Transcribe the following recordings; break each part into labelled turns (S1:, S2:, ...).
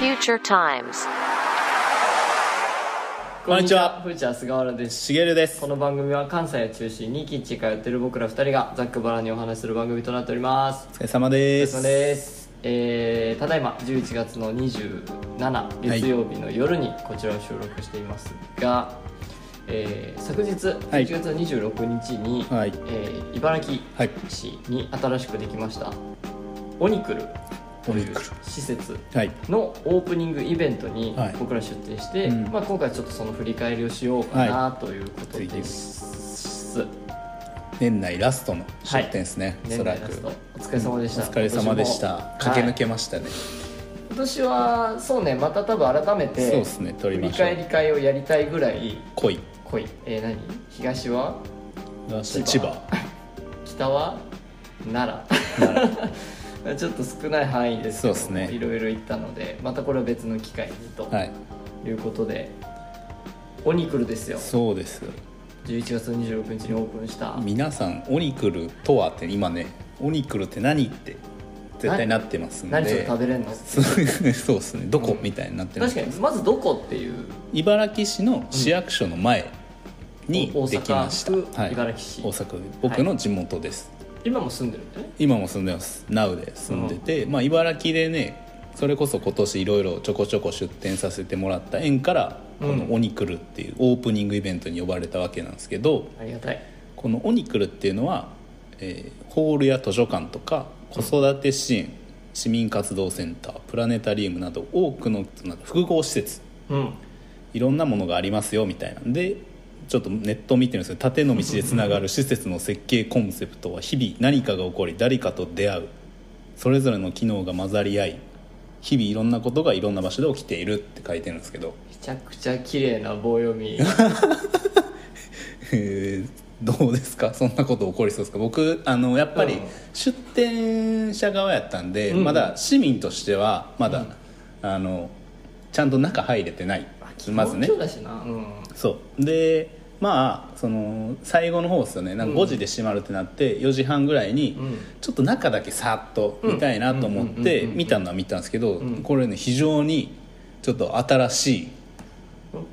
S1: Future Times.
S2: こんにちは
S3: フーチャー菅原です
S2: しげるです
S3: この番組は関西を中心にキッチン通ってる僕ら二人がざっくばらんにお話しする番組となっております
S2: お疲れ様で
S3: お疲れ様ですえー、ただいま11月の27
S2: い
S3: 月曜日の夜にこちらを収録していますが、えー昨日
S2: はい
S3: 11月26日に、
S2: はい
S3: えー茨城
S2: はい
S3: 市に新しくできましたオニクルという施設
S2: はい
S3: のオープニングイベントに
S2: はい
S3: 僕ら出展して、
S2: うん
S3: まあ、今回ちょっとその振り返りをしようかなということです、
S2: 年内ラストの出店ですねおそ
S3: 年
S2: ら
S3: 内
S2: く
S3: ラストお疲れ様でし
S2: お
S3: た、
S2: 疲れ様でした駆け抜けましたね
S3: 今年もはい今年はそうねまた多分改め
S2: そう
S3: て
S2: ですね撮り
S3: 振り
S2: ましょ
S3: 返り
S2: う
S3: 会をやりたいぐらい
S2: 濃い
S3: 濃いえー、何東は
S2: 千葉
S3: 千葉北は奈良 ちょっと少ない範囲ですけど
S2: そうっすね
S3: いろいろ行ったのでまたこれは別の機会にと
S2: はい
S3: いうことで、オニクルですよ
S2: そうです
S3: 11月26日にオープンした
S2: 皆さんオニクルとはって今ねオニクルって何って絶対なってますんで
S3: 何ちょっと食べれんの
S2: べそうですねどこ、
S3: うん
S2: みたいになってま
S3: 確
S2: す
S3: かにまずどこっていう
S2: 茨城市の市役所の前に
S3: うんお
S2: できました、
S3: 大阪府茨城市
S2: 大阪府僕の地元です、
S3: 今も住んでるんだよね
S2: 今も住んでます NOW で住んでて、まあ、茨城でねそれこそ今年いろいろちょこちょこ出店させてもらった縁からこ
S3: うん
S2: の「オニクル」っていうオープニングイベントに呼ばれたわけなんですけど
S3: ありがたい
S2: この「オニクル」っていうのは、えーホールや図書館とか子育て支援市民活動センタープラネタリウムなど多くのなんか複合施設
S3: うん
S2: いろんなものがありますよみたいなんでちょっとネットを見てるんですけど縦の道でつながる施設の設計コンセプトは日々何かが起こり誰かと出会うそれぞれの機能が混ざり合い日々いろんなことがいろんな場所で起きているって書いてるんですけど
S3: めちゃくちゃ綺麗な棒読み
S2: えーどうですかそんなこと起こりそうですか僕あのやっぱ
S3: うん
S2: り出店者側やったんで、
S3: うん
S2: まだ市民としてはまだ、
S3: うん
S2: あのちゃんと中入れてないまずね
S3: そうだしなうん
S2: そうでまあその最後の方ですよねなんか
S3: うん
S2: 5時で閉まるってなって4時半ぐらいに、
S3: うん
S2: ちょっと中だけさっと見たいなと思っ
S3: うんうんうんうん
S2: て
S3: うん
S2: 見たのは見たんですけど、
S3: ん
S2: これね非常にちょっと新し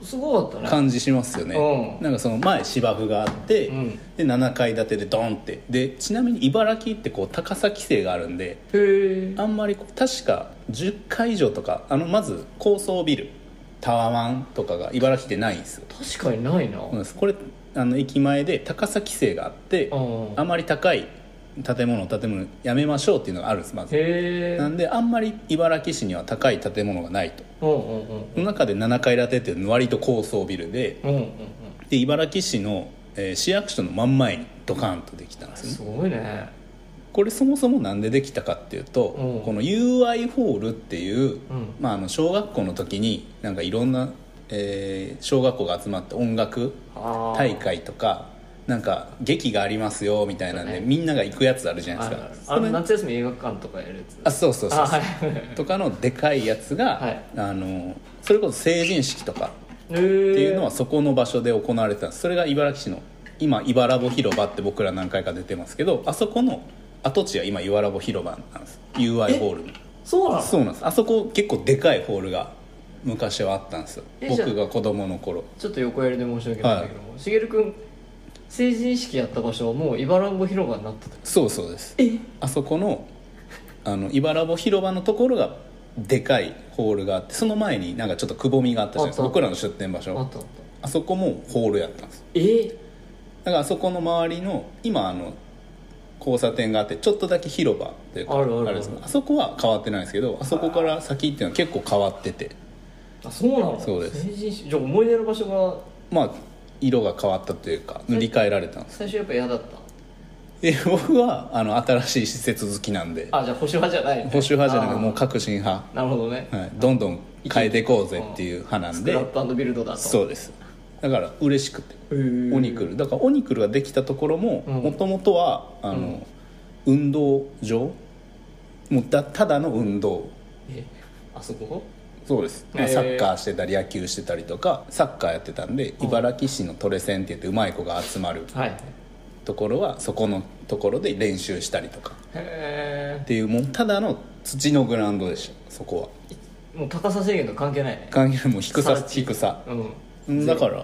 S3: すごかっ
S2: い
S3: たね
S2: 感じしますよね、
S3: うん
S2: なんかその前芝生があって、
S3: うん
S2: で7階建てでドンってでちなみに茨城ってこう高さ規制があるんで
S3: へえ
S2: あんまりこう確か10階以上とかあのまず高層ビルタワマンとかが茨城ってないんですよ
S3: 確かにないな
S2: そうなんですこれあの駅前で高さ規制があって
S3: うん
S2: あまり高い建物を建物やめましょうっていうのがあるんですまず
S3: へえ
S2: なんであんまり茨城市には高い建物がないと
S3: うんうんうん
S2: その中で7階建てっていうのは割と高層ビルで
S3: うんうんうん
S2: で茨城市の、えー市役所の真ん前にドカーンとできたんですよね
S3: すごいね
S2: これそもそもなんでできたかっていうと、
S3: うん
S2: この UI ホールっていう、
S3: うん
S2: まあ、あの小学校の時になんかいろんな、えー小学校が集まって音楽
S3: あー
S2: 大会とかなんか劇がありますよみたいなんで、
S3: そうね
S2: みんなが行くやつあるじゃな
S3: あ
S2: いで
S3: る
S2: すか
S3: あ
S2: そ
S3: の
S2: れ
S3: 夏休み映画館とかやるやつ
S2: あそうそうそう
S3: あ
S2: そ
S3: は
S2: う
S3: い
S2: とかのでかいやつが、
S3: はい
S2: あのそれこそ成人式とか
S3: へえ
S2: っていうのはそこの場所で行われてたんですそれが茨城市の今茨ラボ広場って僕ら何回か出てますけどあそこの跡地が今茨ラボ広場なんです UI ホールの
S3: そうなの
S2: そうなんですあそこ結構でかいホールが昔はあったんですよ
S3: えじゃあ
S2: 僕が子供の頃
S3: ちょっと横やりで申し訳ないんだけども、しげるくん成人式やった場所はもう茨城広場になってた
S2: そうそうです
S3: え
S2: あそこのあの茨ぼ広場のところがでかいホールがあってその前になんかちょっとくぼみがあったじゃないですか
S3: あった
S2: 僕らの出店場
S3: あっ
S2: 所
S3: たあった
S2: あそこもホールやったんです
S3: え
S2: だからあそこの周りの今あの交差点があってちょっとだけ広場というか
S3: あるあるある
S2: れですけどあそこは変わってないんですけどあそこから先っていうのは結構変わってて
S3: あそうなの
S2: そうです
S3: 成人式じゃあ思い出の場所が
S2: まあ色が変わったというか塗り替えられたんです
S3: 最初やっぱ嫌だっ
S2: で僕はあの新しい施設好きなんで
S3: たあじゃあ保守派じゃない
S2: 保守派じゃなく
S3: あ
S2: て
S3: ー
S2: もう革新派
S3: なるほどね、
S2: はい、どんどん変えていこうぜっていう派なん
S3: スク
S2: で
S3: ラップビルドだと
S2: そうですだから嬉しくて
S3: へー
S2: オニクルだからオニクルができたところも
S3: うん
S2: もともとはあの、運動場もうだただの運動
S3: えあそこ
S2: そうです、
S3: へー
S2: サッカーしてたり野球してたりとかサッカーやってたんで茨城市のトレセンって言ってうまい子が集まる
S3: はいへ
S2: ところはそこのところで練習したりとか
S3: え
S2: っていうもうただの土のグラウンドでしたそこは
S3: もう高さ制限とか関係ないね
S2: 関係ないもう低さ
S3: さら地
S2: 低さ
S3: う
S2: うんんだから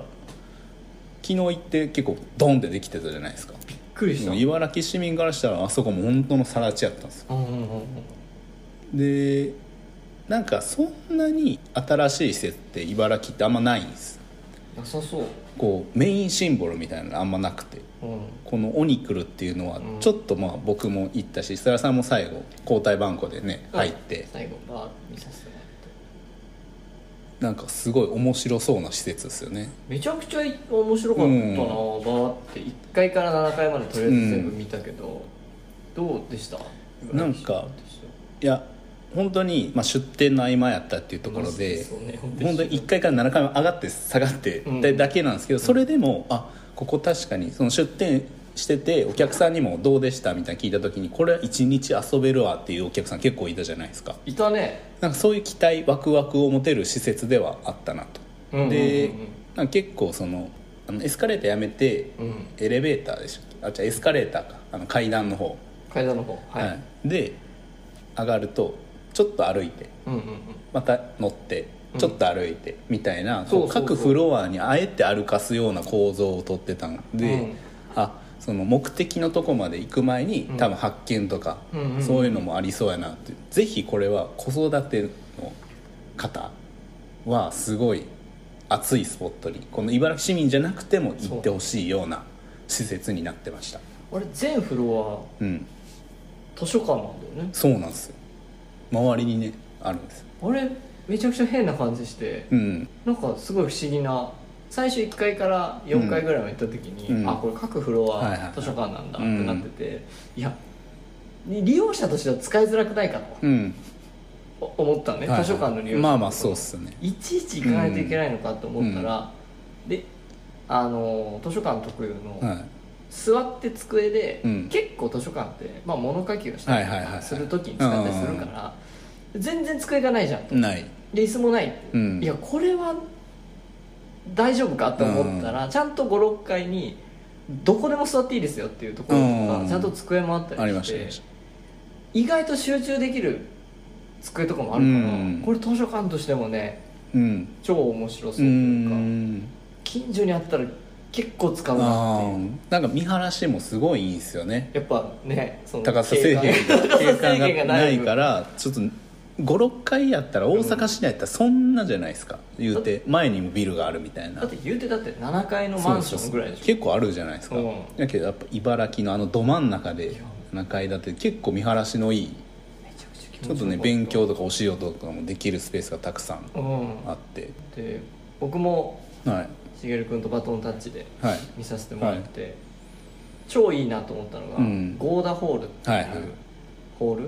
S2: 昨日行って結構ドンってできてたじゃないですか
S3: びっくりした
S2: もう茨城市民からしたらあそこも本当の更地やったんですよ
S3: うんうんうん
S2: でなんかそんなに新しい施設って茨城ってあんまないんです
S3: うんなさそう
S2: こうメインシンボルみたいなのあんまなくて
S3: うん
S2: このオニクルっていうのは
S3: うん
S2: ちょっとまあ僕も行ったし設楽さんも最後交代番号でね入って
S3: 最後バーッと見させてもらって
S2: なんかすごい面白そうな施設ですよね
S3: めちゃくちゃ面白かったな、
S2: うん
S3: バーって1階から7階までとりあえず全部見たけど、どうでした
S2: なんかいや本当にまあ出店の合間やったっていうところで
S3: そうね
S2: 本当に1階から7階まで上がって下がって
S3: うん
S2: だだけなんですけどそれでもあここ確かにその出店しててお客さんにも「どうでした?」みたいな聞いた時にこれは1日遊べるわっていうお客さん結構いたじゃないですか
S3: いたね、
S2: なんかそういう期待ワクワクを持てる施設ではあったなと
S3: うんうんうんうん
S2: でなんか結構そのあのエスカレーターやめて
S3: うん、
S2: エレベーターでしたっけあじゃエスカレーターかあの階段の方、
S3: 階段の方はい、
S2: で上がるとちょっと歩いて
S3: うんうんうん
S2: また乗って
S3: うん
S2: ちょっと歩いてみたいな、
S3: そう
S2: こう
S3: そうそう
S2: 各フロアにあえて歩かすような構造をとってたんで、
S3: うん
S2: あその目的のとこまで行く前に
S3: うん
S2: 多分発見とか、
S3: うんうんうん
S2: そういうのもありそうやなってぜひこれは子育ての方はすごい熱いスポットにこの茨城市民じゃなくても行ってほしいような施設になってました
S3: あれ全フロ
S2: うん
S3: ア図書館なんだよね
S2: そうなんですよ周りにねあるんです
S3: あれめちゃくちゃ変な感じして
S2: うん
S3: なんかすごい不思議な最初1階から4階ぐらいまで行った時に、
S2: うん
S3: あこれ各フロ
S2: はいはいは
S3: ア
S2: い
S3: 図書館なんだってなってて、いや利用者としては使いづらくないかと
S2: うん
S3: お思ったのね、
S2: はいはい
S3: 図書館の利用者
S2: まあまあそうっすね
S3: いちいち行かないといけないのかと思ったら、であの図書館特有の、
S2: は
S3: 座って机で、
S2: うん
S3: 結構図書館って、まあ、物書きをしたり
S2: はいはいは
S3: と
S2: いは
S3: か
S2: い
S3: する時に使ったりするから、全然机がないじゃんと
S2: いない
S3: で椅子もない、
S2: うん
S3: いやこれは大丈夫かと思ったら、ちゃんと56階にどこでも座っていいですよっていうところとか、
S2: うん
S3: ちゃんと机もあったりして
S2: ありましたありました
S3: 意外と集中できる机とかもあるから、
S2: うん
S3: これ図書館としてもね
S2: うん
S3: 超面白そう
S2: う
S3: というか、
S2: ん
S3: 近所にあったら結構使うな
S2: あ
S3: っていう
S2: ーなんか見晴らしもすごいいいんですよね
S3: やっぱねその
S2: 高さ制限
S3: 景観
S2: 景
S3: 高さ制
S2: 観
S3: 限
S2: が
S3: が
S2: な
S3: ないい
S2: かららちょっと56回やったら大阪市内やったらそんなじゃないですか言うて前にもビルがあるみたいな
S3: だって言うてだって7階のマンションぐらいでしょ
S2: 結構あるじゃないですか
S3: うん
S2: だけどやっぱ茨城のあのど真ん中
S3: い
S2: で
S3: や
S2: 7階建て結構見晴らしのいい
S3: めちゃくちゃ気持
S2: ちょっとね勉強とかお仕事とかもできるスペースがたくさん
S3: うん
S2: あって
S3: で僕も
S2: はい
S3: しげる君とバトンタッチで
S2: はい
S3: 見させてもらって、超いいなと思ったのが、
S2: うん
S3: ゴーダホールってい
S2: はいはいう
S3: ホール、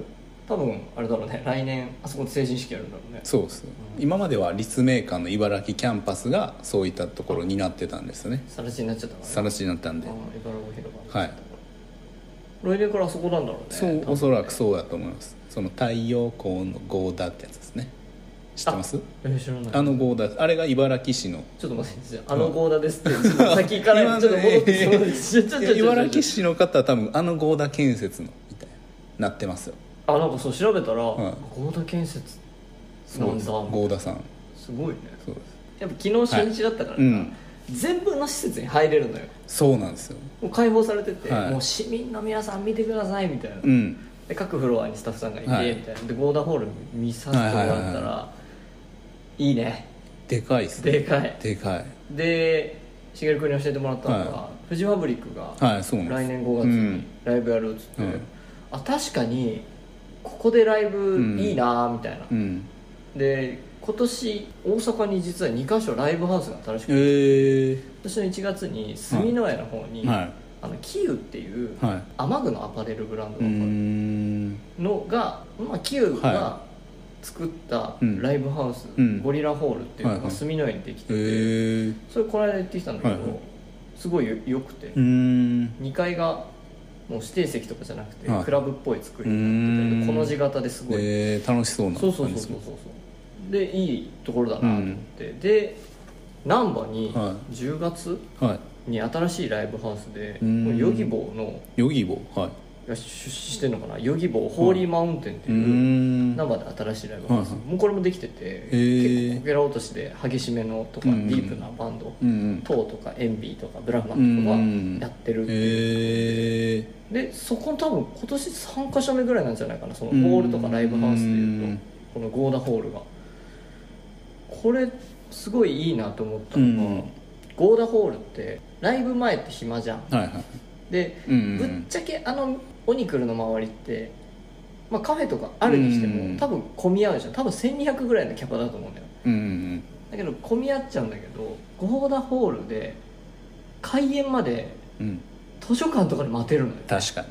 S3: 多分あれだろうね来年あそこで成人式やるんだろうね
S2: そうです今までは立命館の茨城キャンパスがそういったところになってたんですよね
S3: さら地になっちゃったからね
S2: 更地になったんで
S3: あー茨城広場
S2: はい
S3: 来年からあそこなんだろうね
S2: そう
S3: 多分
S2: おそらくそうだと思いますその太陽光のゴーダってやつですね知ってます
S3: えー知らない
S2: あのゴーダあれが茨城市の
S3: ちょっと待ってあのゴーダですってちょっと先からちょっと戻ってそうですちょちょちょちょ
S2: 茨城市の方は多分あのゴーダ建設のみたいななってますよ
S3: あなんかそう調べたら、
S2: はい
S3: ゴーダ建設
S2: そう
S3: なん
S2: です
S3: だ
S2: ゴーダさん
S3: すごいね
S2: そうです
S3: やっぱ昨日初日だったからさ、
S2: はいうん
S3: 全部の施設に入れるのよ
S2: そうなんですよ
S3: もう開放されてて、
S2: はい
S3: もう市民の皆さん見てくださいみたいな、
S2: うん
S3: で各フロアにスタッフさんがいて、
S2: はい
S3: みたいなでゴーダホール見させてもらったら、
S2: はいはい
S3: い
S2: はい
S3: いね
S2: でかいっすね
S3: でかい
S2: でかい
S3: でしげる君に教えてもらったのが、
S2: は
S3: フジファブリックが
S2: はいそうなんです
S3: 来年5月にライブやるっつって、
S2: うん
S3: あ確かにここでライブいいなみたいな、
S2: うん、うん、
S3: で今年大阪に実は2か所ライブハウスが新しくて
S2: ええ
S3: 今年の1月に住之江の方に、
S2: は
S3: あのキウっていう
S2: いはい
S3: 雨具のアパレルブランド
S2: うーん
S3: がのが、まあ、キウが
S2: は
S3: 作った
S2: うん
S3: ライブハウス、
S2: うん
S3: ゴリラホールっていうの
S2: はい
S3: が
S2: はい
S3: 住之江にできてて、
S2: ええ
S3: それこの間行ってきたんだけど、
S2: はいはい
S3: すごいよよくて、
S2: うーん
S3: 2階がもう指定席とかじゃなくて、
S2: はい
S3: クラブっぽい作りになっ
S2: う
S3: て
S2: ー
S3: て
S2: ん
S3: この字型ですごい、
S2: えー、楽しそうな
S3: そうそう
S2: 感
S3: そ
S2: じで
S3: うそう
S2: す
S3: そ
S2: ね
S3: うそうでいいところだなと思って、で難波に
S2: は
S3: 10月
S2: はい
S3: に新しいライブハウスで、
S2: うん
S3: もうヨギボーの
S2: ヨギボーはい
S3: 出資してんのかなヨギボーホーリーマウンテンって
S2: うー
S3: いうん生で新しいライブハウス、
S2: はいはい
S3: もうこれもできてて
S2: ー
S3: 結構こけら落としで激しめのとか、
S2: うん
S3: ディープなバンド、
S2: うんうん
S3: トーとかエンビーとかブラフマンとかがやってる、
S2: へえ
S3: でそこ多分今年3か所目ぐらいなんじゃないかなそのホールとかライブハウスで
S2: う
S3: いうんとこのゴーダホールがこれすごいいいなと思ったのが、
S2: うん
S3: ゴーダホールってライブ前って暇じゃん
S2: はいはい
S3: で、
S2: うんう
S3: ぶっ
S2: ん
S3: ちゃけあのオニクルの周りって、まあ、カフェとかあるにしても、
S2: うん
S3: 多分混み合うじゃん多分1200ぐらいのキャパだと思うんだよ
S2: うんうん
S3: だけど混み合っちゃうんだけどゴーダホールで開演まで
S2: うんうん
S3: 図書館とかで待てるのよ
S2: 確かに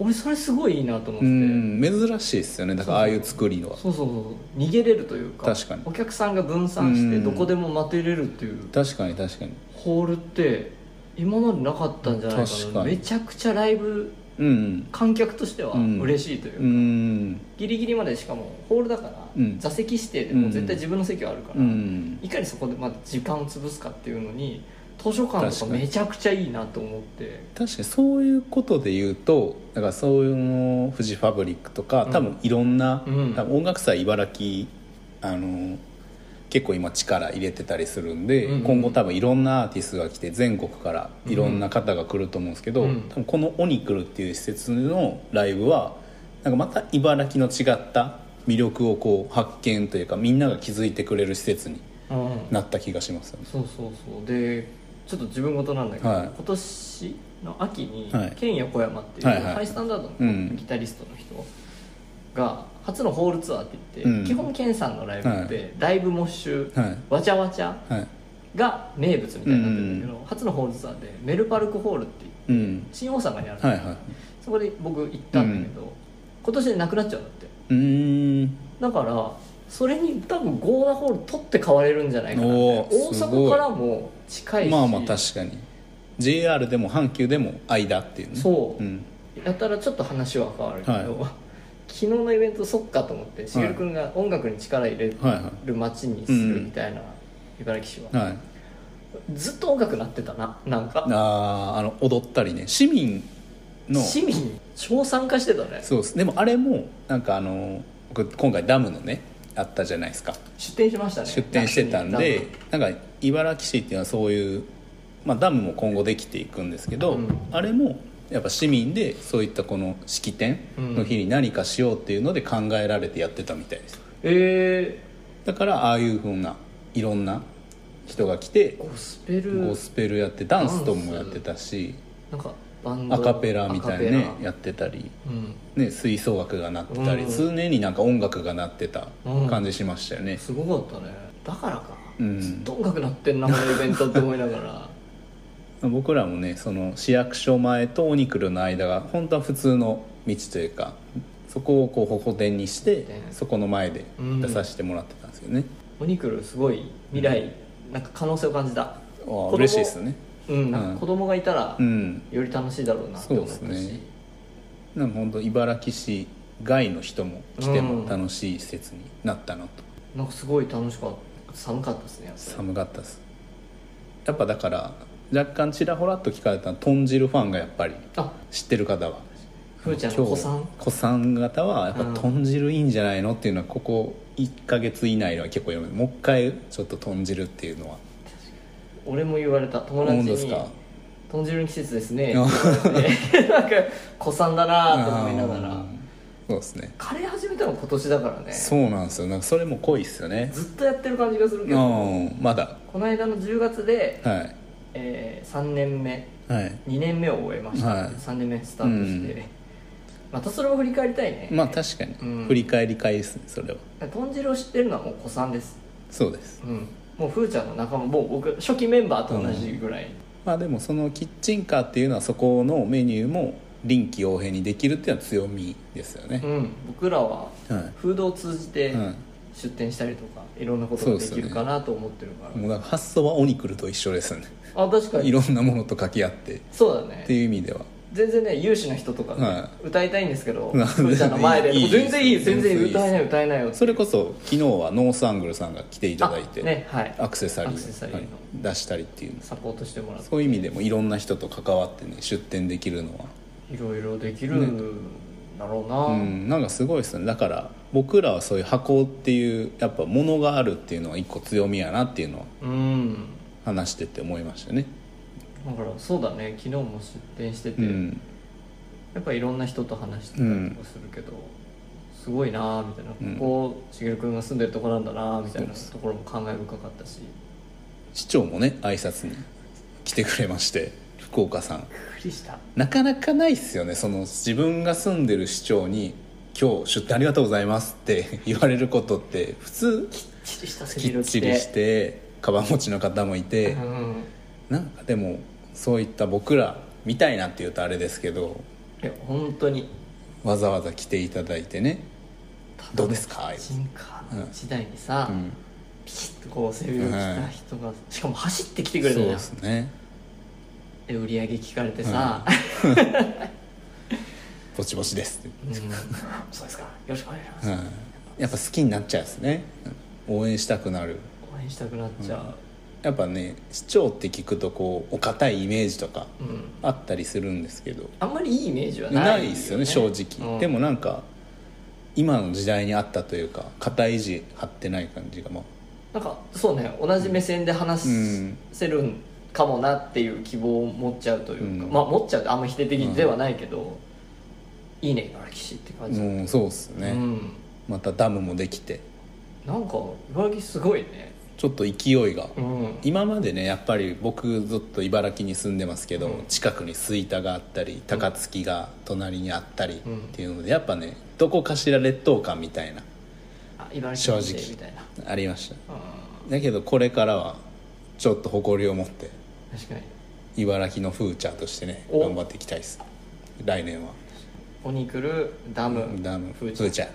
S3: 俺それすごいいいなと思って
S2: う
S3: て、
S2: ん珍しいですよねだからああいう作りのは
S3: そうそうそうそう逃げれるというか
S2: 確かに
S3: お客さんが分散して
S2: うん
S3: どこでも待てれるっていう
S2: 確かに確かに
S3: ホールって今までなかったんじゃないか
S2: 確
S3: な
S2: かに
S3: めちゃくちゃライブ
S2: うん
S3: 観客としては
S2: うん
S3: 嬉しいというう、
S2: ん
S3: ギリギリまでしかもホールだから、
S2: うん
S3: 座席指定でもう絶対自分の席はあるから、
S2: うん
S3: いかにそこでまあ時間を潰すかっていうのに図書館と
S2: 確
S3: か
S2: かに
S3: めちゃくちゃいいなと思って
S2: 確かにそういうことで言うとだからそういうのフジファブリックとか
S3: うん
S2: 多分いろんな、
S3: うん
S2: 多分音楽祭茨城あの結構今力入れてたりするんで、
S3: うんうん
S2: 今後多分いろんなアーティストが来て全国からいろんな方が来ると思うんですけど、
S3: うん
S2: 多分この「オニクル」っていう施設のライブはなんかまた茨城の違った魅力をこう発見というかみんなが気づいてくれる施設に
S3: うん
S2: なった気がしますよね。
S3: そうそうそうでちょっと自分事なんだけど、
S2: はい
S3: 今年の秋に、
S2: はい
S3: ケン横山っていう、
S2: はいはい
S3: ハイスタンダード
S2: う
S3: の
S2: ん
S3: ギタリストの人が初のホールツアーって言って、
S2: うん
S3: 基本ケンさんのライブって、
S2: は
S3: ライブモッシュ、
S2: はい
S3: わちゃわちゃ
S2: はい
S3: が名物みたいになってるんだけど、初のホールツアーでメルパルクホールってい
S2: う
S3: う
S2: ん
S3: 新大阪にある、
S2: はいはい
S3: そこで僕行ったんだけど、今年でなくなっちゃうんだって
S2: うーん
S3: だからそれに多分ゴーダホール取って買われるんじゃないかなって
S2: お
S3: 大
S2: ーすごい
S3: 阪からも近いし
S2: まあまあ確かに JR でも阪急でも間っていうね
S3: そう
S2: うん、
S3: やたらちょっと話は変わるけど、
S2: は
S3: 昨日のイベントそっかと思ってしげる君が音楽に力入れ
S2: はいは
S3: る街にするみたいな、茨城市は、
S2: いはい
S3: ずっと音楽なってたななんか
S2: あーあの踊ったりね市民の
S3: 市民超参加してたね
S2: そうですでもあれもなんかあの僕今回ダムのねあったじゃないですか
S3: 出店しましたね
S2: 出店してたんで
S3: 夏に
S2: なんか茨城市っていうのはそういう、まあ、ダムも今後できていくんですけど、
S3: うん
S2: あれもやっぱ市民でそういったこの式典の日に何かしようっていうので考えられてやってたみたいです
S3: え
S2: だからああいうふうないろんな人が来て
S3: ー、ゴスペル
S2: ゴスペルやってダンスともやってたし
S3: なんかバンド
S2: アカペラみたいな
S3: ア
S2: ね
S3: カペラ
S2: やってたり、
S3: うん
S2: ね、吹奏楽が鳴ってたり、
S3: うん
S2: 常になんか音楽が鳴ってた感じしましたよね、
S3: すごかったねだからか、
S2: うん
S3: ずっと音楽なってんなこのイベントって思いなが ら
S2: 僕らもねその市役所前とオニクルの間が本当は普通の道というかそこをこうホコ天にして
S3: ね
S2: そこの前で
S3: うん
S2: 出させてもらってたんですよね、
S3: おにくるすごい未来なんか可能性を感じた
S2: ああ嬉しいですね
S3: うん、なんか子供がいたら
S2: うん
S3: より楽しいだろうなって思ったし、
S2: そうですねなんか本当茨城市外の人も来ても楽しい施設になったなと、
S3: なんかすごい楽しかった寒かったですねやっぱ
S2: 寒かったですやっぱだから若干ちらほらっと聞かれた豚汁ファンがやっぱり
S3: りあ
S2: 知ってる方は
S3: ふーちゃん
S2: 今
S3: の
S2: 日
S3: 子さん
S2: 子さん方はやっぱ
S3: うん
S2: 豚汁いいんじゃないのっていうのはここ1か月以内では結構読むもう一回ちょっと豚汁っていうのは
S3: 俺も言われた友達
S2: 思うんです
S3: に
S2: か
S3: 「豚汁の季節です ね」って言われて なんか子さんだなと思いなが
S2: あ
S3: ら
S2: ーそうですね
S3: カレー始めたの今年だからね
S2: そうなんですよなんかそれも濃いっすよね
S3: ずっとやってる感じがするけ
S2: う
S3: ど
S2: んまだ
S3: この間の10月で、
S2: はい
S3: えー3年目
S2: はい
S3: 2年目を終えました、
S2: はい
S3: 3年目スタートして、
S2: うん
S3: またそれを振り返りたいね
S2: まあ確かに、
S3: うん
S2: 振り返り会ですねそれは
S3: 豚汁を知ってるのはもう子さんです
S2: そうです
S3: うんもうふーちゃんの仲間もう僕初期メンバーと同じぐらい、
S2: まあでもそのキッチンカーっていうのはそこのメニューも臨機応変にできるっていうのは強みですよね
S3: う、ん僕らは
S2: はい
S3: フードを通じて
S2: うん
S3: 出店したりとかいろんなことができるかなと思ってるから、
S2: もうだから発想はオニクルと一緒ですよね
S3: あ確か
S2: い
S3: に
S2: ろんなものと掛け合ってっ
S3: そうだ
S2: て
S3: ね
S2: いう意味では
S3: 全然ね有志の人とかね、
S2: は
S3: 歌いたいんですけどふ
S2: なんで
S3: ーちゃんの前 で
S2: いいいい
S3: 全然いい
S2: 全
S3: 全
S2: 然い
S3: 然
S2: い
S3: 歌えない歌えないよって
S2: それこそ昨日はノースアングルさんが来ていただいて、
S3: あねはい
S2: アクセサリーを
S3: アクセサリーの
S2: はい出したりっていう
S3: サポートしてもらって
S2: そういう意味でもいろんな人と関わってね出店できるのは
S3: いろいろできるんだろうな、
S2: うん、なんかすごいですねだから僕らはそういう箱っていうやっぱ物があるっていうのは一個強みやなっていうのは
S3: うん
S2: 話してて思いましたね、
S3: だからそうだね昨日も出店してて、
S2: うん、
S3: やっぱいろんな人と話してたりもするけど、すごいなーみたいな、
S2: うん
S3: ここしげる君が住んでるとこなんだなーみたいな
S2: そう
S3: ところも感慨深かったし
S2: 市長もね挨拶に来てくれまして福岡さん
S3: びっくりした
S2: なかなかないっすよねその自分が住んでる市長に「今日出店ありがとうございます」って言われることって普通
S3: きっちりした背
S2: きっ
S3: 広
S2: ち
S3: 着
S2: りしてカバン持ちの方もいて
S3: うん、
S2: なんかでもそういった僕らみたいなって言うとあれですけど
S3: いや本当に
S2: わざわざ来ていただいてね「どうですか?」
S3: ジンカーの時代にさ、
S2: うん
S3: ピシッとこう背広着た人が、しかも走ってきてくれ
S2: そ
S3: た
S2: う
S3: じゃん
S2: ですね
S3: で売り上げ聞かれてさ、
S2: 「ぼちぼちです」って、
S3: うんそうですかよろしくお願いします、
S2: うん、やっぱ好きになっちゃうですねうん応援したくなる
S3: 応援したくなっちゃう
S2: やっぱね市長って聞くとこうお堅いイメージとか
S3: うん、
S2: あったりするんですけど
S3: あんまりいいイメージはない
S2: ないですよね正直、
S3: うん
S2: でもなんか今の時代に合ったというか肩意地張ってない感じがまあ
S3: なんかそうね同じ目線で話せるんかもなっていう希望を持っちゃうというか、
S2: うん
S3: まあ持っちゃうってあんま否定的ではないけど、いいね茨城市って感じ、
S2: もうそうっすね、
S3: うん
S2: またダムもできて
S3: なんか茨城すごいね
S2: ちょっと勢いが、
S3: うん
S2: 今までねやっぱり僕ずっと茨城に住んでますけど、
S3: うん
S2: 近くに吹田があったり高槻が隣にあったりっ
S3: うん
S2: ていうのでやっぱねどこかしら劣等感みたいな
S3: あ茨城市みたいな、
S2: ありました
S3: う
S2: だけどこれからはちょっと誇りを持って
S3: ん、確かに
S2: 茨城のフーチャーとしてね
S3: お
S2: 頑張っていきたいです来年は
S3: ここに来るダム
S2: ダムフ
S3: 風
S2: ー
S3: 景
S2: チャ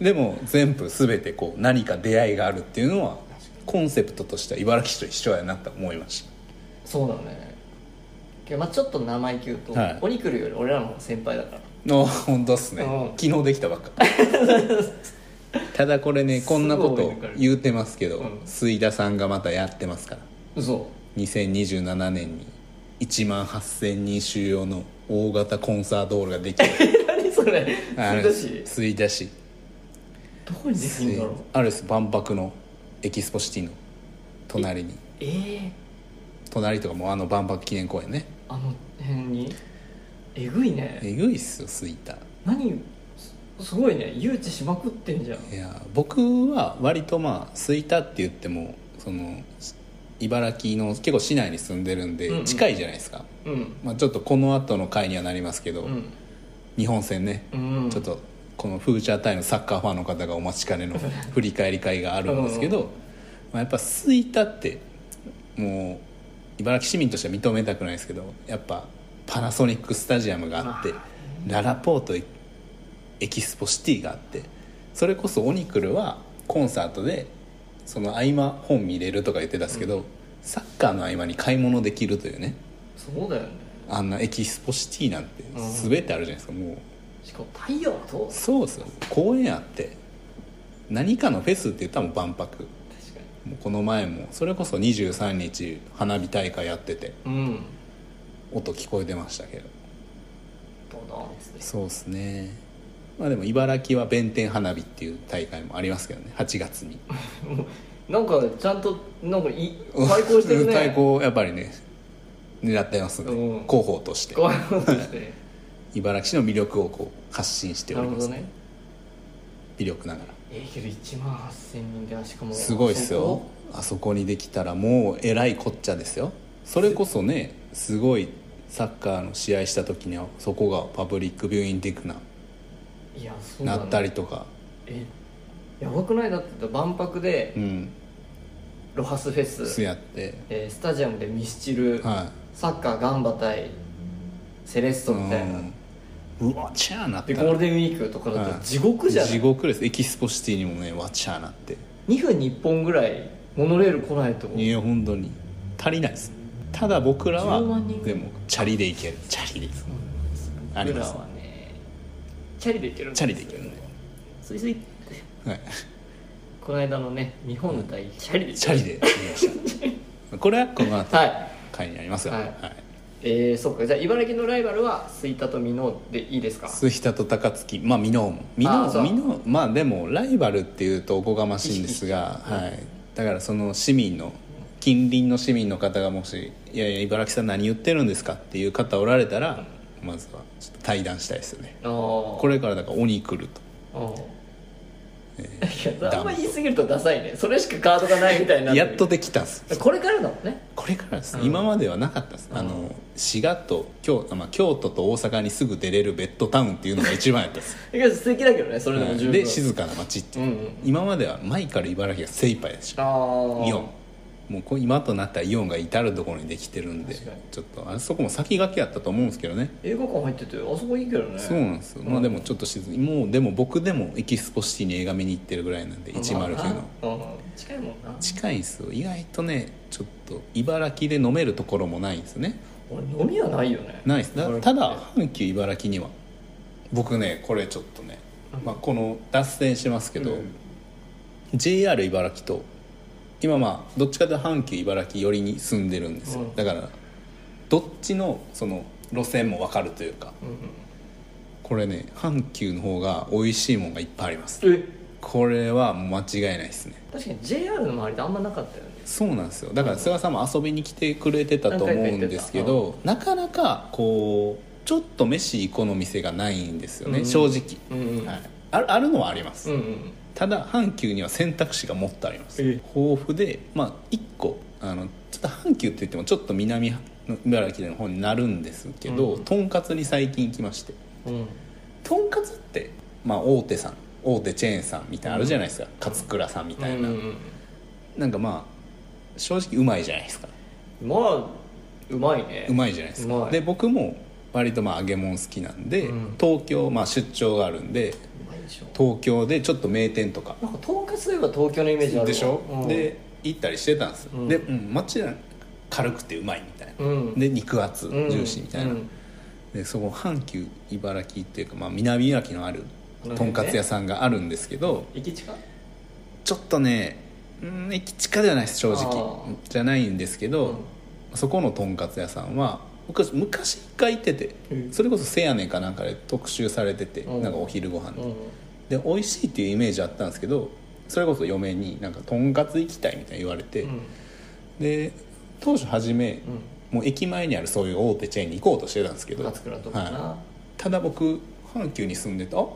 S2: ー でも全部全てこう何か出会いがあるっていうのはコンセプトとしては茨城市と一緒やなと思いまし
S3: そうだねけどまあちょっと生意気言うと、
S2: はい
S3: おに来るより俺らの方が先輩だから
S2: たあ本当っすね
S3: うん
S2: 昨日できたば っかただこれねこんなこ
S3: すご
S2: と
S3: いわかる
S2: 言うてますけど
S3: うん
S2: 水田さんがまたやってますから
S3: 嘘
S2: 2027年に1万8000人収容の大型コンサートホールができ る
S3: 何それ
S2: あ
S3: 水
S2: れ
S3: 田
S2: です
S3: 市
S2: 吹田市
S3: どこにできるんだろう
S2: あるです万博のエキスポシティの隣に
S3: ええ
S2: 隣とかもうあの万博記念公園ね
S3: あの辺にえぐいね
S2: えぐいっすよ吹田
S3: 何すすごいね誘致しまくってんじゃん
S2: いや僕は割とまあ吹田って言ってもその茨城の結構市内に住んでるん
S3: うんう
S2: で
S3: ん
S2: 近いじゃないですか、
S3: うん
S2: まあ、ちょっとこの後の回にはなりますけど、
S3: うん
S2: 日本戦ね、
S3: うん
S2: ちょっとこのフーチャータイムサッカーファンの方がお待ちかねの振り返り会があるんですけど、
S3: うん
S2: まあ、やっぱ吹田ってもう茨城市民としては認めたくないですけどやっぱパナソニックスタジアムがあって
S3: まあ
S2: ララポートエキスポシティがあってそれこそオニクルはコンサートでその合間本見れるとか言ってたんですけど、サッカーの合間に買い物できるというね
S3: そうだよね
S2: あんなエキスポシティなんて全てあるじゃないですか、もう。
S3: しかも太陽はどう確
S2: そうですよ公園あって何かのフェスって言ったらもう万博
S3: か
S2: もうこの前もそれこそ23日花火大会やってて
S3: にうん
S2: 音聞こえてましたけど
S3: どうだですね
S2: そうですねまあでも茨城は弁天花火っていう大会もありますけどね8月 に
S3: なんかちゃんとなんかい対抗してる ね
S2: 対抗をやっぱりね狙ってますので、
S3: うん
S2: 広報として
S3: 対 抗して
S2: 茨城市の魅力をこう発信してお
S3: な
S2: り
S3: るほ
S2: ま
S3: ど
S2: す、
S3: ね
S2: 魅力ながら
S3: えーけど1万8000人でしかも
S2: すごいですよあそこにできたらもうえらいこっちゃですよそれこそねすごいサッカーの試合した時にはそこがパブリックビューイング的ない
S3: やそうだ
S2: な
S3: ね
S2: ったりとか
S3: えやばくないだって万博で
S2: うん
S3: ロハスフェス、
S2: そうやって
S3: えースタジアムでミスチル、
S2: は
S3: サッカーガンバ対セレッ
S2: い
S3: ソみたいな、
S2: うんうわちゃーなっ
S3: で
S2: て
S3: ゴールデンウィークとかだと地獄じゃん、
S2: 地獄ですエキスポシティにもねわちゃーなって
S3: 2分に1本ぐらいモノレール来ないと
S2: いや本当に足りないですただ僕らは
S3: 10万人
S2: でもチャリで行けるチャリで行くあり
S3: 僕
S2: ま
S3: ら
S2: す
S3: はねチャリで行けるんです
S2: チャ
S3: よ
S2: リで行けるね
S3: スイスイ
S2: はい
S3: この間のね日本対チャリで
S2: チャリで行きましたこれはこの後
S3: はい
S2: 回になりますが、
S3: はい
S2: はい
S3: えー、そっかじゃあ茨城のライバルは吹田と箕面でいいですか
S2: スヒタと高槻まあミノーンミノ
S3: あー
S2: ー
S3: そ
S2: ンミ
S3: う
S2: ノーンまあでもライバルっていうとおこがましいんですが、はい、だからその市民の近隣の市民の方がもし「いやいや茨城さん何言ってるんですか?」っていう方おられたらまずはちょっと対談したいですよね
S3: あこ
S2: これからだから鬼来ると
S3: いやあんま言い過ぎるとダサいねそれしかカードがないみたいになって
S2: や
S3: る
S2: っとできたんです
S3: これからだもんね
S2: これからですね、
S3: うん
S2: 今まではなかったです、あの滋賀と京,、まあ、京都と大阪にすぐ出れるベッドタウンっていうのが一番やったです、
S3: いや素敵だけどねそれで
S2: は
S3: も
S2: い
S3: 十分
S2: で静かな街って、
S3: うんうん
S2: 今までは前から茨城が精一杯でした
S3: ああ
S2: イオンもうこう今となったらイオンが至る所にできてるんで
S3: 確かに
S2: ちょっとあそこも先駆けやったと思うんですけどね
S3: 映画館入っててあそこいいけどね
S2: そうなんですよ、まあでもちょっと静かもうでも僕でもエキスポシティに映画見に行ってるぐらいなんで109の、
S3: の、うんうん近いもんな
S2: 近いんですよ意外とねちょっと茨城で飲めるところもないんですよね
S3: 俺飲みはないよね
S2: ないですだ
S3: 茨城
S2: ただ阪急茨城には僕ねこれちょっとね、まあ、この脱線しますけど、
S3: うん
S2: JR 茨城と今まあどっちかというと阪急茨城寄りに住んでるんですよ、
S3: うん
S2: だからどっちのその路線も分かるというか
S3: うん
S2: これね阪急の方が美味しいもんがいっぱいあります
S3: うんえ
S2: これは間違いないですね
S3: 確かに JR の周りであんまなかったよね
S2: そうなんですよだから菅さんも遊びに来てくれてたと思うんですけどなかなかこうちょっと飯行この店がないんですよね、
S3: うん
S2: 正直、
S3: うんうん
S2: はい、あるあるのはあります、
S3: うんうん
S2: ただ阪急には選択肢がもっとあります
S3: ええ
S2: 豊富でまあ1個あのちょっと阪急って言ってもちょっと南茨城の方になるんですけど、
S3: うん
S2: とんかつに最近行きまして
S3: うん
S2: とんかつって、まあ、大手さん大手チェーンさんみたいなのあるじゃないですか、勝倉さんみたいな、
S3: うんうん
S2: なんかまあ正直うまいじゃないですか
S3: うんまあうまいね
S2: うまいじゃないです
S3: う
S2: か
S3: まい
S2: で僕も割とまあ揚げ物好きなんで、
S3: うん
S2: 東京、まあ、出張があるんで
S3: うまいでしょ
S2: 東京でちょっと名店とか
S3: なんかとんかつといえば東京のイメージあるわ
S2: でしょ、
S3: うん、
S2: で行ったりしてたんですよ、
S3: うん
S2: で、うん、もちろん軽くてうまいみたいな、
S3: うん
S2: で肉厚ジ
S3: うん
S2: ューシーみたいな、
S3: うん
S2: でそこ阪急茨城っていうか、まあ、南茨城のあるとんかつ屋さんがあるんですけど、
S3: 駅近
S2: ちょっとねうん駅近ではないです正直
S3: あー
S2: じゃないんですけど、そこのとんかつ屋さんは昔昔一回行ってて
S3: うん
S2: それこそ「せやねん」かなんかで特集されてて、
S3: うん
S2: なんかお昼ご飯
S3: うん
S2: でで美味しいっていうイメージあったんですけどそれこそ嫁になんか「とんかつ行きたい」みたいに言われて、
S3: うん
S2: で当初初め、
S3: うん
S2: もう駅前にあるそういう大手チェーンに行こうとしてたんですけど、
S3: 勝倉とかな、
S2: はいただ僕阪急に住んでてあっ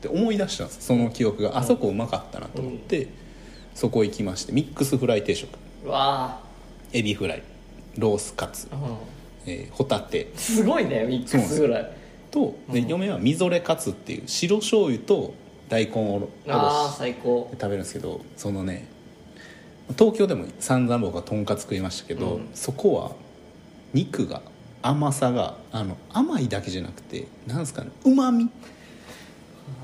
S2: て思い出したんですその記憶が、あそこうまかったなと思って、そこ行きましてミックスフライ定食
S3: うわ
S2: エビフライロースカツ、
S3: あ、うん
S2: えーホタテ
S3: すごいねミックスぐらい
S2: とで、
S3: うん
S2: 嫁はみぞれカツっていう白醤油と大根おろお
S3: あ
S2: ろ
S3: あ
S2: し
S3: 最高
S2: で食べるんですけどそのね東京でも散々僕はとんかつ食いましたけど、
S3: うん
S2: そこは肉が甘さがあの甘いだけじゃなくてなんですかねうまみ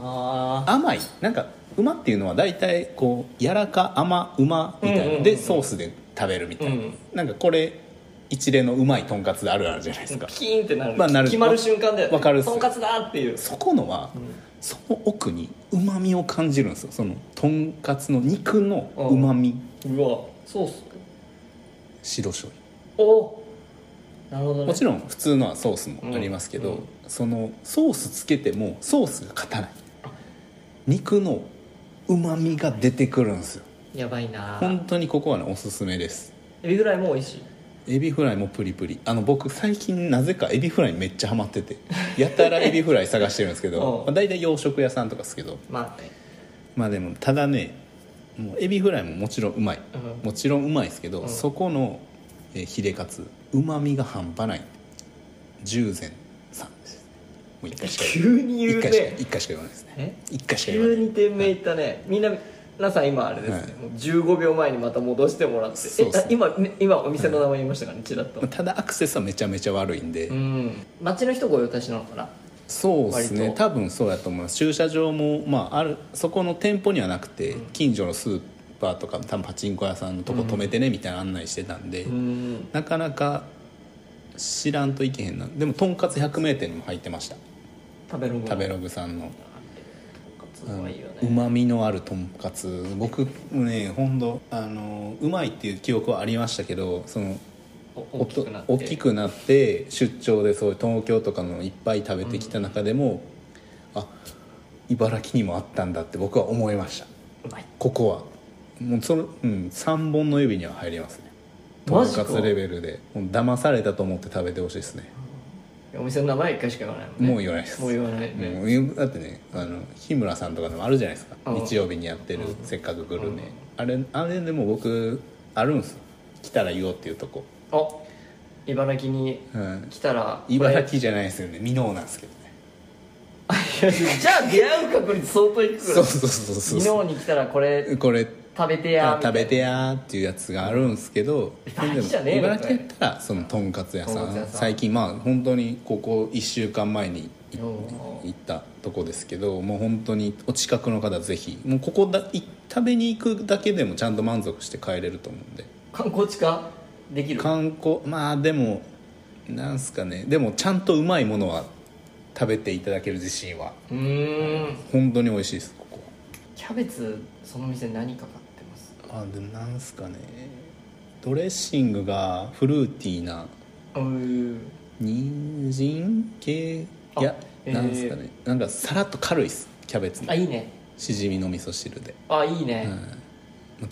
S3: ああ
S2: 甘いなんか馬っていうのは大体こう柔らか甘うまみたいな、
S3: うんうんうん
S2: でソースで食べるみたいな、
S3: うん
S2: なんかこれ一例のうまいとんかつであるあるじゃないですか
S3: ピキーンってなる,、
S2: まあなる
S3: 決まる瞬間だよ、ね、
S2: わかるっす
S3: とんかつだっていう
S2: そこのは、
S3: ん
S2: その奥にうまみを感じるんですよそのとんかつの肉のうまみ
S3: うわそうっす
S2: 白醤
S3: おなるほど
S2: 油
S3: ね
S2: もちろん普通のはソースもありますけど、
S3: うんうん
S2: そのソースつけてもソースが勝たない肉のうまみが出てくるんですよ
S3: やばいな
S2: 本当にここはねおすすめです
S3: エビフライも美味しい
S2: エビフライもプリプリあの僕最近なぜかエビフライめっちゃハマっててやたらエビフライ探してるんですけど、
S3: うん
S2: まあ、大体洋食屋さんとかですけど
S3: まあね
S2: まあでもただねもうエビフライももちろんうまい、
S3: うん
S2: もちろんうまいですけど、
S3: うん
S2: そこのえーヒレカツうまみが半端ない十膳さんですもう一回しか
S3: 急に言
S2: 一
S3: う
S2: 回しか
S3: ね
S2: 一回しか言わないですね
S3: え
S2: 一回しか言わない
S3: 急に点名いったねみんな皆さん今あれですね、
S2: は
S3: もう15秒前にまた戻してもらって
S2: そうっすね
S3: えあ今ね今お店の名前言いましたからねちらっと、
S2: まあただアクセスはめちゃめちゃ悪いんで、
S3: うん街の人ご用達なのかな
S2: そうですね
S3: 割と
S2: 多分そうやと思います駐車場も、まあ、あるそこの店舗にはなくて、近所のスーパーとか多分パチンコ屋さんのとこ止めてね、みたいな案内してたんで、
S3: うん
S2: なかなか知らんといけへんなでもとんかつ百名店にも入ってました
S3: 食べログ
S2: 食べログさんの
S3: とんかつうまいよね
S2: うまみのあるとんかつ僕もねほんとあのうまいっていう記憶はありましたけどその
S3: お大きくなって
S2: お大きくなって出張でそういう東京とかのいっぱい食べてきた中でも、あ茨城にもあったんだって僕は思いました
S3: うまい
S2: ここはもうその、うん、3本の指には入りますねと
S3: マ
S2: ん
S3: ジか
S2: かつレベルでもう騙されたと思って食べてほしいですね
S3: お店の名前一回しか言わないもんね
S2: もう言わないです
S3: もう言わないね
S2: もう言うだってねあの日村さんとかでもあるじゃないですか
S3: うん
S2: 日曜日にやってる
S3: うん
S2: 「せっかくグルメ
S3: うん」
S2: あれあれでも僕あるんですよ来たら言おうっていうとこ、
S3: あ茨城に
S2: うん、
S3: 来たら
S2: 茨
S3: 城
S2: 城じゃないですよね箕面なんですけどね
S3: じゃあ出会う確率相当いく
S2: そうそうそうそう
S3: 昨日に来たらこれ
S2: これ
S3: 食べてや
S2: あ食べてやーっていうやつがあるんですけど
S3: 茨城じゃねえの
S2: 茨城やったらそのとんかつ屋さ
S3: とんか
S2: ん
S3: つ屋さん
S2: 最近まあ本当にここ1週間前にい
S3: おー
S2: 行ったとこですけどもう本当にお近くの方ぜひもうここだい食べに行くだけでもちゃんと満足して帰れると思うんで
S3: 観光地化できる
S2: 観光まあでもなんすかねでもちゃんとうまいものは食べていただける自信は
S3: うーん
S2: 本当に美味しいですここは。
S3: キャベツその店何か買ってます
S2: あでもなんすかねドレッシングがフルーティーな
S3: うーん
S2: 人参系い
S3: あ
S2: や、
S3: えー
S2: なんすかねなんかさらっと軽いっすキャベツ
S3: あ
S2: の
S3: いいね
S2: しじみの味噌汁で、
S3: あいい
S2: うん
S3: ね、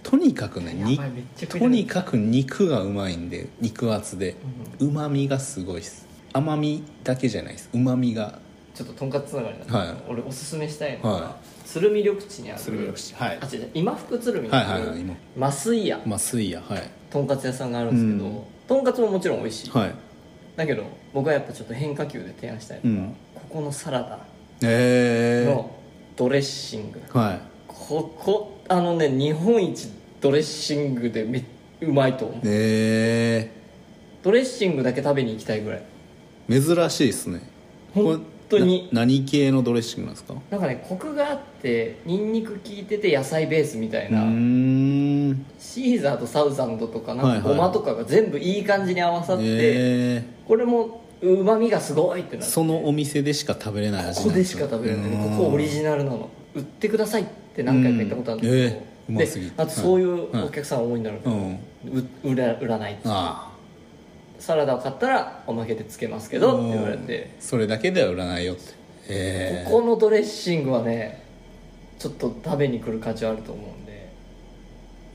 S2: とにかくねに
S3: やばいめっちゃ食いたい
S2: とにかく肉がうまいんで肉厚でうまみがすごいっす甘みだけじゃないですうまみが
S3: ちょっととんかつつながりなんですけど、
S2: はい
S3: 俺おすすめしたいのが、
S2: は
S3: 鶴見緑地にある
S2: いはい
S3: あ違う違う今福鶴見に
S2: は
S3: あ
S2: い
S3: る、
S2: はいはい今
S3: マスイヤ
S2: まあ水やはい
S3: とんかつ屋さんがあるんですけど、
S2: うん
S3: とんかつももちろん美味しい、
S2: はい
S3: だけど僕はやっぱちょっと変化球で提案したいの
S2: う
S3: が、
S2: ん
S3: ここのサラダ
S2: えー、
S3: のドレッシング、
S2: はい
S3: ここあのね日本一ドレッシングでめっうまいと思う
S2: え
S3: ドレッシングだけ食べに行きたいぐらい
S2: ー、珍しいですね
S3: 本当に
S2: これな何系のドレッシングなんですかう
S3: なんかねコクがあってニンニク効いてて野菜ベースみたいな、
S2: ーん
S3: シーザーとサウザンドとか
S2: は
S3: ないんか
S2: はい
S3: ごまとかが全部いい感じに合わさって、
S2: え
S3: これもうまみがすごいって
S2: ー、
S3: なって
S2: そのお店でしか食べれない味
S3: ここでしか食べれないここオリジナルなの売ってくださいって何回か言ったことあるんだけど、
S2: うんえーうますぎ
S3: であとそういうお客さん多いんだろうけど、
S2: ナルうん
S3: う売ら売らないって
S2: あ
S3: サラダを買ったらおまけでつけますけ
S2: あ
S3: どって言われて
S2: それだけでは売らないよってえー、
S3: ここのドレッシングはねちょっと食べに来る価値はあると思うんで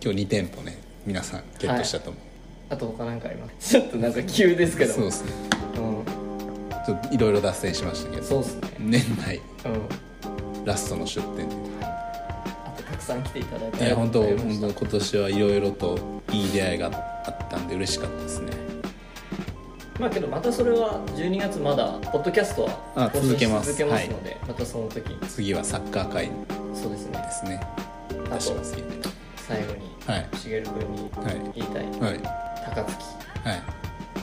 S2: 今日2店舗ね皆さんゲットしたと思う、
S3: あと他なんかあります ちょっとなんか急ですけど
S2: そう
S3: も
S2: ですね
S3: うん
S2: ちょっといろいろ脱線しましたけど
S3: そうっすね
S2: 年内
S3: うん
S2: ラストの出店で
S3: あとたくさん来ていただいて
S2: いや本当
S3: ありがとうござい
S2: 本
S3: ま
S2: 当今年はいろいろといい出会いがあったんで嬉しかったですね
S3: したまあけどまたそれは12月まだポッドキャスト
S2: あ
S3: は更新し
S2: 続けます
S3: 続けますので、またその時に
S2: 次はサッカー会で
S3: そうですね
S2: すね
S3: あ
S2: 出し
S3: と
S2: ますけど
S3: 最後に
S2: はい
S3: しげる君に
S2: はい
S3: 言いたい、
S2: はい
S3: 高槻
S2: はい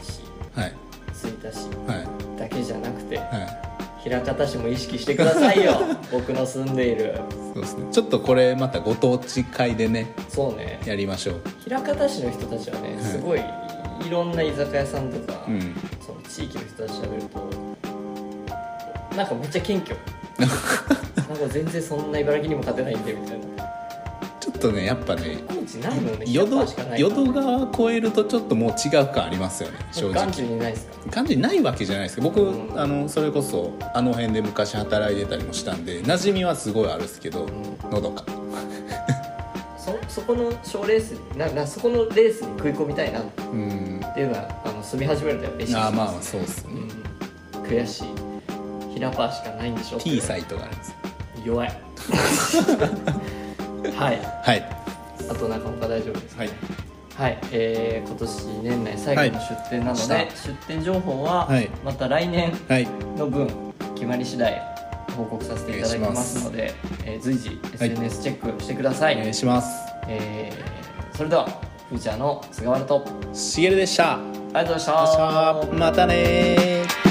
S3: 市
S2: はい
S3: 吹田市
S2: はい
S3: だけじゃなくて
S2: はい
S3: 枚方市も意識してくださ いよ僕の住んでいる
S2: そうですねちょっとこれまたご当地会でね
S3: そうね
S2: やりましょう
S3: 枚方市の人たちはね
S2: い
S3: すごいいろんな居酒屋さんとか、
S2: うん
S3: その地域の人たちと喋るとなんかめっちゃ謙 虚なんか全然そんな茨城にも勝てないんでみたいな
S2: ちょっとねやっぱね
S3: 高知ないもんね
S2: 淀
S3: 100%しかないから
S2: 淀川越えるとちょっともう違う感ありますよね正
S3: 眼中
S2: 直
S3: にないですか
S2: 感じないわけじゃないですけど僕、
S3: うん
S2: あのそれこそあの辺で昔働いてたりもしたんで馴染みはすごいあるんですけど、
S3: ん
S2: のどか
S3: そそこの賞レースななそこのレースに食い込みたいなっ
S2: うん
S3: ていうのはあの住み始めるとやっぱ意識し
S2: ああ
S3: ます
S2: まあそうですね、
S3: うん、悔しい平パーしかないんでしょ
S2: T サイトがあるんです
S3: 弱いはい
S2: はい
S3: あとなんか他大丈夫です
S2: はい
S3: はい、えー、今年年内最後の出店なので、
S2: はい
S3: 出店情報は
S2: はい
S3: また来年
S2: はい
S3: の分決まり次第報告させていただきますのでえー随時
S2: はい
S3: SNS チェックしてください、
S2: お願いします
S3: えーそれではフーチャーの菅原とあり
S2: しげるでした
S3: がとうございました
S2: またねー